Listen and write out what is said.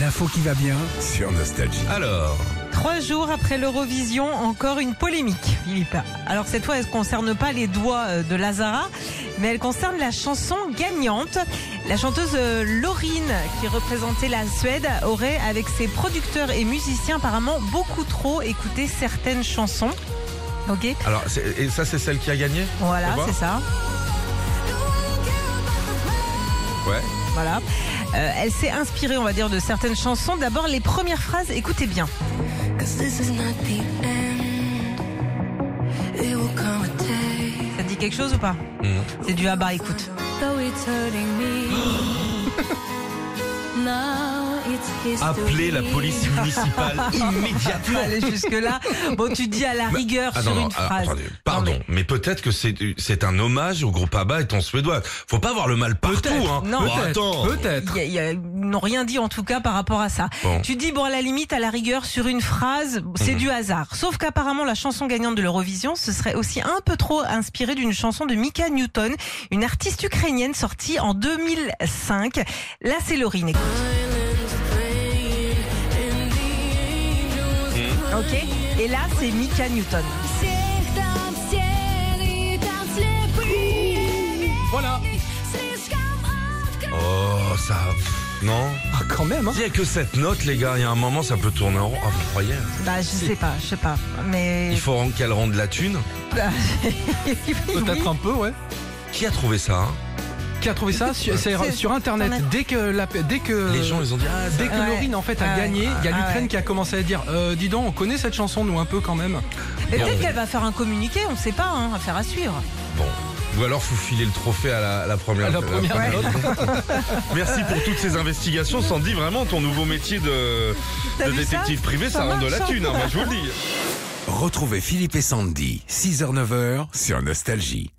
L'info qui va bien. sur Nostalgie. Alors, Trois jours après l'Eurovision, encore une polémique, Philippe. Alors cette fois, elle ne concerne pas les doigts euh, de Lazara, mais elle concerne la chanson gagnante. La chanteuse euh, Laurine, qui représentait la Suède, aurait, avec ses producteurs et musiciens, apparemment beaucoup trop écouté certaines chansons. Ok alors c'est- et ça c'est celle qui a gagné Voilà, Faut voir. c'est ça. Ouais. Voilà. Euh, elle s'est inspirée, on va dire, de certaines chansons. D'abord, les premières phrases, écoutez bien. Cause this is not the end. It will come a day. Ça te dit quelque chose ou pas Mmh. C'est du Abba, écoute. Though it's hurting me. Now it's history. Appelez la police municipale immédiatement. Aller jusque-là. Bon, tu dis à la rigueur Ah, sur non, non, une ah, phrase. attendez, pardon, Non, mais, peut-être que c'est c'est un hommage au groupe ABBA étant suédois. Faut pas voir le mal partout, hein. non. Bon, Peut-être, attends. Peut-être. mais y a- y a- ils n'ont rien dit en tout cas par rapport à ça. Bon. Mhm. Tu dis, bon, à la limite, à la rigueur, sur une phrase, c'est du hasard. Sauf qu'apparemment, la chanson gagnante de l'Eurovision, ce serait aussi un peu trop inspirée d'une chanson de Mika Newton, une artiste ukrainienne sortie en 2005. Là, c'est Laurine. écoute. Hmm. Ok Et là, c'est Mika Newton. Всех там серый, там слепые. Voilà. Слишком открыт. Oh, ça. Non. Ah, quand même, hein. Il y a que cette note, les gars. Il y a un moment, ça peut tourner en rond. Ah, vous croyez Bah, je sais pas, je sais pas. Mais Il faut rendre- qu'elle rende la thune. Oui. Peut-être un peu, ouais. Qui a trouvé ça hein Qui a trouvé ça sur, c'est C'est- sur internet Internet. Dès que la, dès que Euh, Les gens, ils ont dit. Ah, dès que Ouais. Laurine en fait a Ah ouais. gagné, il y a Ah l'Ukraine ouais. qui a commencé à dire euh, dis donc, on connaît cette chanson nous un peu quand même. Mais Bon. peut-être qu'elle va faire un communiqué, on ne sait pas, hein, affaire à suivre. Bon. Ou alors faut filer le trophée à la, à la première. À la première Merci pour toutes ces investigations. Sandy, vraiment, ton nouveau métier de, T'as de vu ça détective privé, ça, Ça rend de la marche. thune, hein, moi, je vous le dis. Retrouvez Philippe et Sandy, 6h-9h sur Nostalgie.